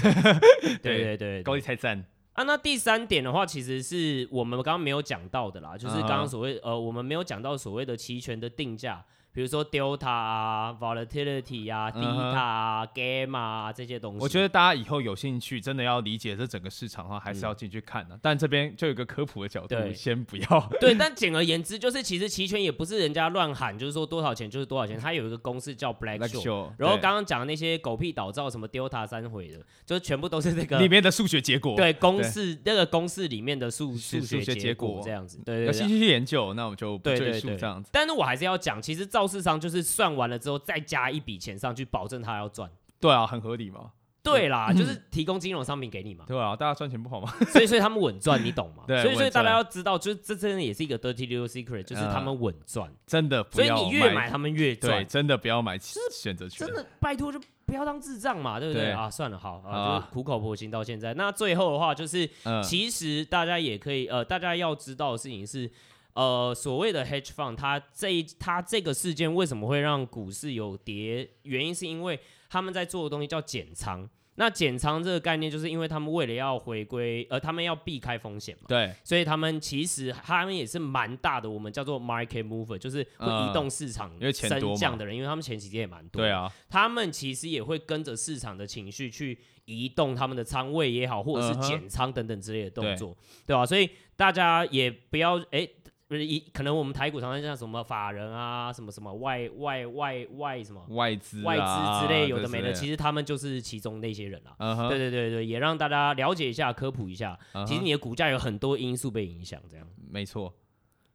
[SPEAKER 1] 对对对对
[SPEAKER 2] 高利才赞。
[SPEAKER 1] 啊，那第三点的话，其实是我们刚刚没有讲到的啦，就是刚
[SPEAKER 2] 嗯
[SPEAKER 1] 刚
[SPEAKER 2] 哼
[SPEAKER 1] 所谓、呃，我们没有讲到所谓的期权的定价，比如说 delta 啊、volatility 啊、
[SPEAKER 2] 嗯哼
[SPEAKER 1] delta 啊、gamma 啊这些东西。
[SPEAKER 2] 我觉得大家以后有兴趣，真的要理解这整个市场的话，还是要进去看的、但这边就有一个科普的角
[SPEAKER 1] 嗯对
[SPEAKER 2] 度，先不要。
[SPEAKER 1] 对，但简而言之，就是其实期权也不是人家乱喊，就是说多少钱就是多少钱，它有一个公式叫 Black
[SPEAKER 2] Black
[SPEAKER 1] Scholes。
[SPEAKER 2] Show，
[SPEAKER 1] 然后
[SPEAKER 2] 对
[SPEAKER 1] 刚刚讲的那些狗屁倒灶，什么 delta 三回的，就全部都是这个
[SPEAKER 2] 里面的数学结果，，
[SPEAKER 1] 对公式那个公式里面的数学
[SPEAKER 2] 是数学
[SPEAKER 1] 结
[SPEAKER 2] 结
[SPEAKER 1] 果
[SPEAKER 2] 果
[SPEAKER 1] 这样子。对对
[SPEAKER 2] 有
[SPEAKER 1] 对
[SPEAKER 2] 兴，趣去研究，那我们就不
[SPEAKER 1] 对对
[SPEAKER 2] 赘述
[SPEAKER 1] 对
[SPEAKER 2] 这样子。
[SPEAKER 1] 但是我还是要讲，其实肇事商就是算完了之后再加一笔钱上去，保证他要赚。
[SPEAKER 2] 对啊，很合理嘛。
[SPEAKER 1] 对啦，
[SPEAKER 2] 嗯
[SPEAKER 1] 就是提供金融商品给你嘛，
[SPEAKER 2] 对啊，大家赚钱不好吗？
[SPEAKER 1] 所以所以他们稳赚，你懂吗？
[SPEAKER 2] 对
[SPEAKER 1] 所以所以
[SPEAKER 2] 稳
[SPEAKER 1] 大
[SPEAKER 2] 赚
[SPEAKER 1] 家要知道，就是这真的也是一个 dirty little secret，就是他们稳赚，
[SPEAKER 2] 真的不
[SPEAKER 1] 所以
[SPEAKER 2] 要，
[SPEAKER 1] 你越买，他们越
[SPEAKER 2] 对，
[SPEAKER 1] 赚，
[SPEAKER 2] 真的不要买选择权
[SPEAKER 1] 真。的拜托就不要当智障嘛，对不对
[SPEAKER 2] 对
[SPEAKER 1] 啊？算了，好啊，
[SPEAKER 2] 啊
[SPEAKER 1] 就是苦口婆心到现在。那最后的话就是，
[SPEAKER 2] 嗯，
[SPEAKER 1] 其实大家也可以呃，大家要知道的事情是。呃，所谓的 hedge fund，它这一它这个事件为什么会让股市有跌？原因是因为他们在做的东西叫减仓。那减仓这个概念，就是因为他们为了要回归，呃，他们要避开风险嘛，
[SPEAKER 2] 对，
[SPEAKER 1] 所以他们其实他们也是蛮大的，我们叫做 market mover，就是会移动市场
[SPEAKER 2] 嗯因为钱多
[SPEAKER 1] 升
[SPEAKER 2] 嘛
[SPEAKER 1] 降的人，因为他们前几天也蛮多，
[SPEAKER 2] 对啊，
[SPEAKER 1] 他们其实也会跟着市场的情绪去移动他们的仓位也好，或者
[SPEAKER 2] 嗯
[SPEAKER 1] 是
[SPEAKER 2] 哼
[SPEAKER 1] 减仓等等之类的动作，对吧、所以大家也不要哎。不是一，可能我们台股常常像什么法人啊，什么什么外外外外什么
[SPEAKER 2] 外资、啊
[SPEAKER 1] 外资之类，有的没的，其
[SPEAKER 2] 实，
[SPEAKER 1] 实他们就是其中那些人啊。
[SPEAKER 2] 嗯哼，
[SPEAKER 1] 对对对对，也让大家了解一下、科普一下。
[SPEAKER 2] 嗯哼
[SPEAKER 1] 其实你的股价有很多因素被影响，这样。
[SPEAKER 2] 没错。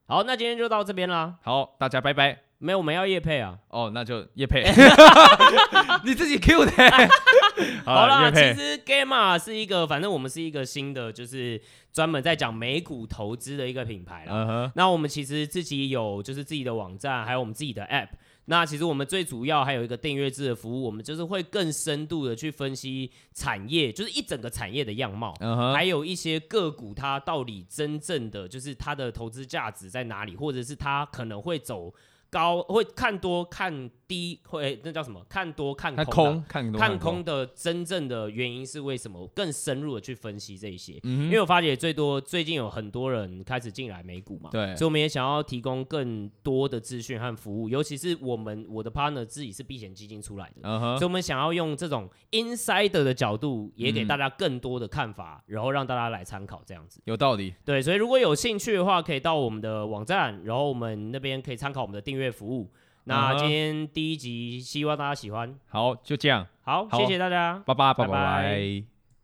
[SPEAKER 1] 好，那今天就到这边啦。
[SPEAKER 2] 好，大家拜拜。
[SPEAKER 1] 没有，我们要业配啊。
[SPEAKER 2] 哦，那就 叶佩， 你自己 Q 的。
[SPEAKER 1] 好啦，
[SPEAKER 2] 叶
[SPEAKER 1] 其
[SPEAKER 2] 佩，
[SPEAKER 1] 实 Gamma 是一个，反正我们是一个新的，就是专门在讲美股投资的一个品牌啦。
[SPEAKER 2] 嗯哼，
[SPEAKER 1] 那我们其实自己有就是自己的网站，还有我们自己的 App。那其实我们最主要还有一个订阅制的服务，我们就是会更深度的去分析产业，就是一整个产业的样貌。
[SPEAKER 2] 嗯哼，
[SPEAKER 1] 还有一些个股，它到底真正的就是它的投资价值在哪里，或者是它可能会走高，会看多看低，会那叫什么？看多看空
[SPEAKER 2] 看
[SPEAKER 1] 啊、
[SPEAKER 2] 空，看空，
[SPEAKER 1] 看空。的真正的原因是为什么？更深入的去分析这一些，
[SPEAKER 2] 嗯
[SPEAKER 1] 因为我发觉最多最近有很多人开始进来美股嘛，
[SPEAKER 2] 对
[SPEAKER 1] 所以我们也想要提供更多的资讯和服务，尤其是我们我的 partner 自己是避险基金出来的，
[SPEAKER 2] 嗯
[SPEAKER 1] 所以
[SPEAKER 2] 哼，
[SPEAKER 1] 我们想要用这种 insider 的角度，也给大家更多的看法，
[SPEAKER 2] 嗯
[SPEAKER 1] 然后让大家来参考这样子。
[SPEAKER 2] 有道理。
[SPEAKER 1] 对，所以如果有兴趣的话，可以到我们的网站，然后我们那边可以参考我们的订阅服务。那
[SPEAKER 2] 嗯哼
[SPEAKER 1] 今天第一集，希望大家喜欢。
[SPEAKER 2] 好，就这样，
[SPEAKER 1] 好，
[SPEAKER 2] 好
[SPEAKER 1] 谢谢大家。
[SPEAKER 2] 拜拜，
[SPEAKER 1] 拜
[SPEAKER 2] 拜
[SPEAKER 1] 拜
[SPEAKER 2] 拜。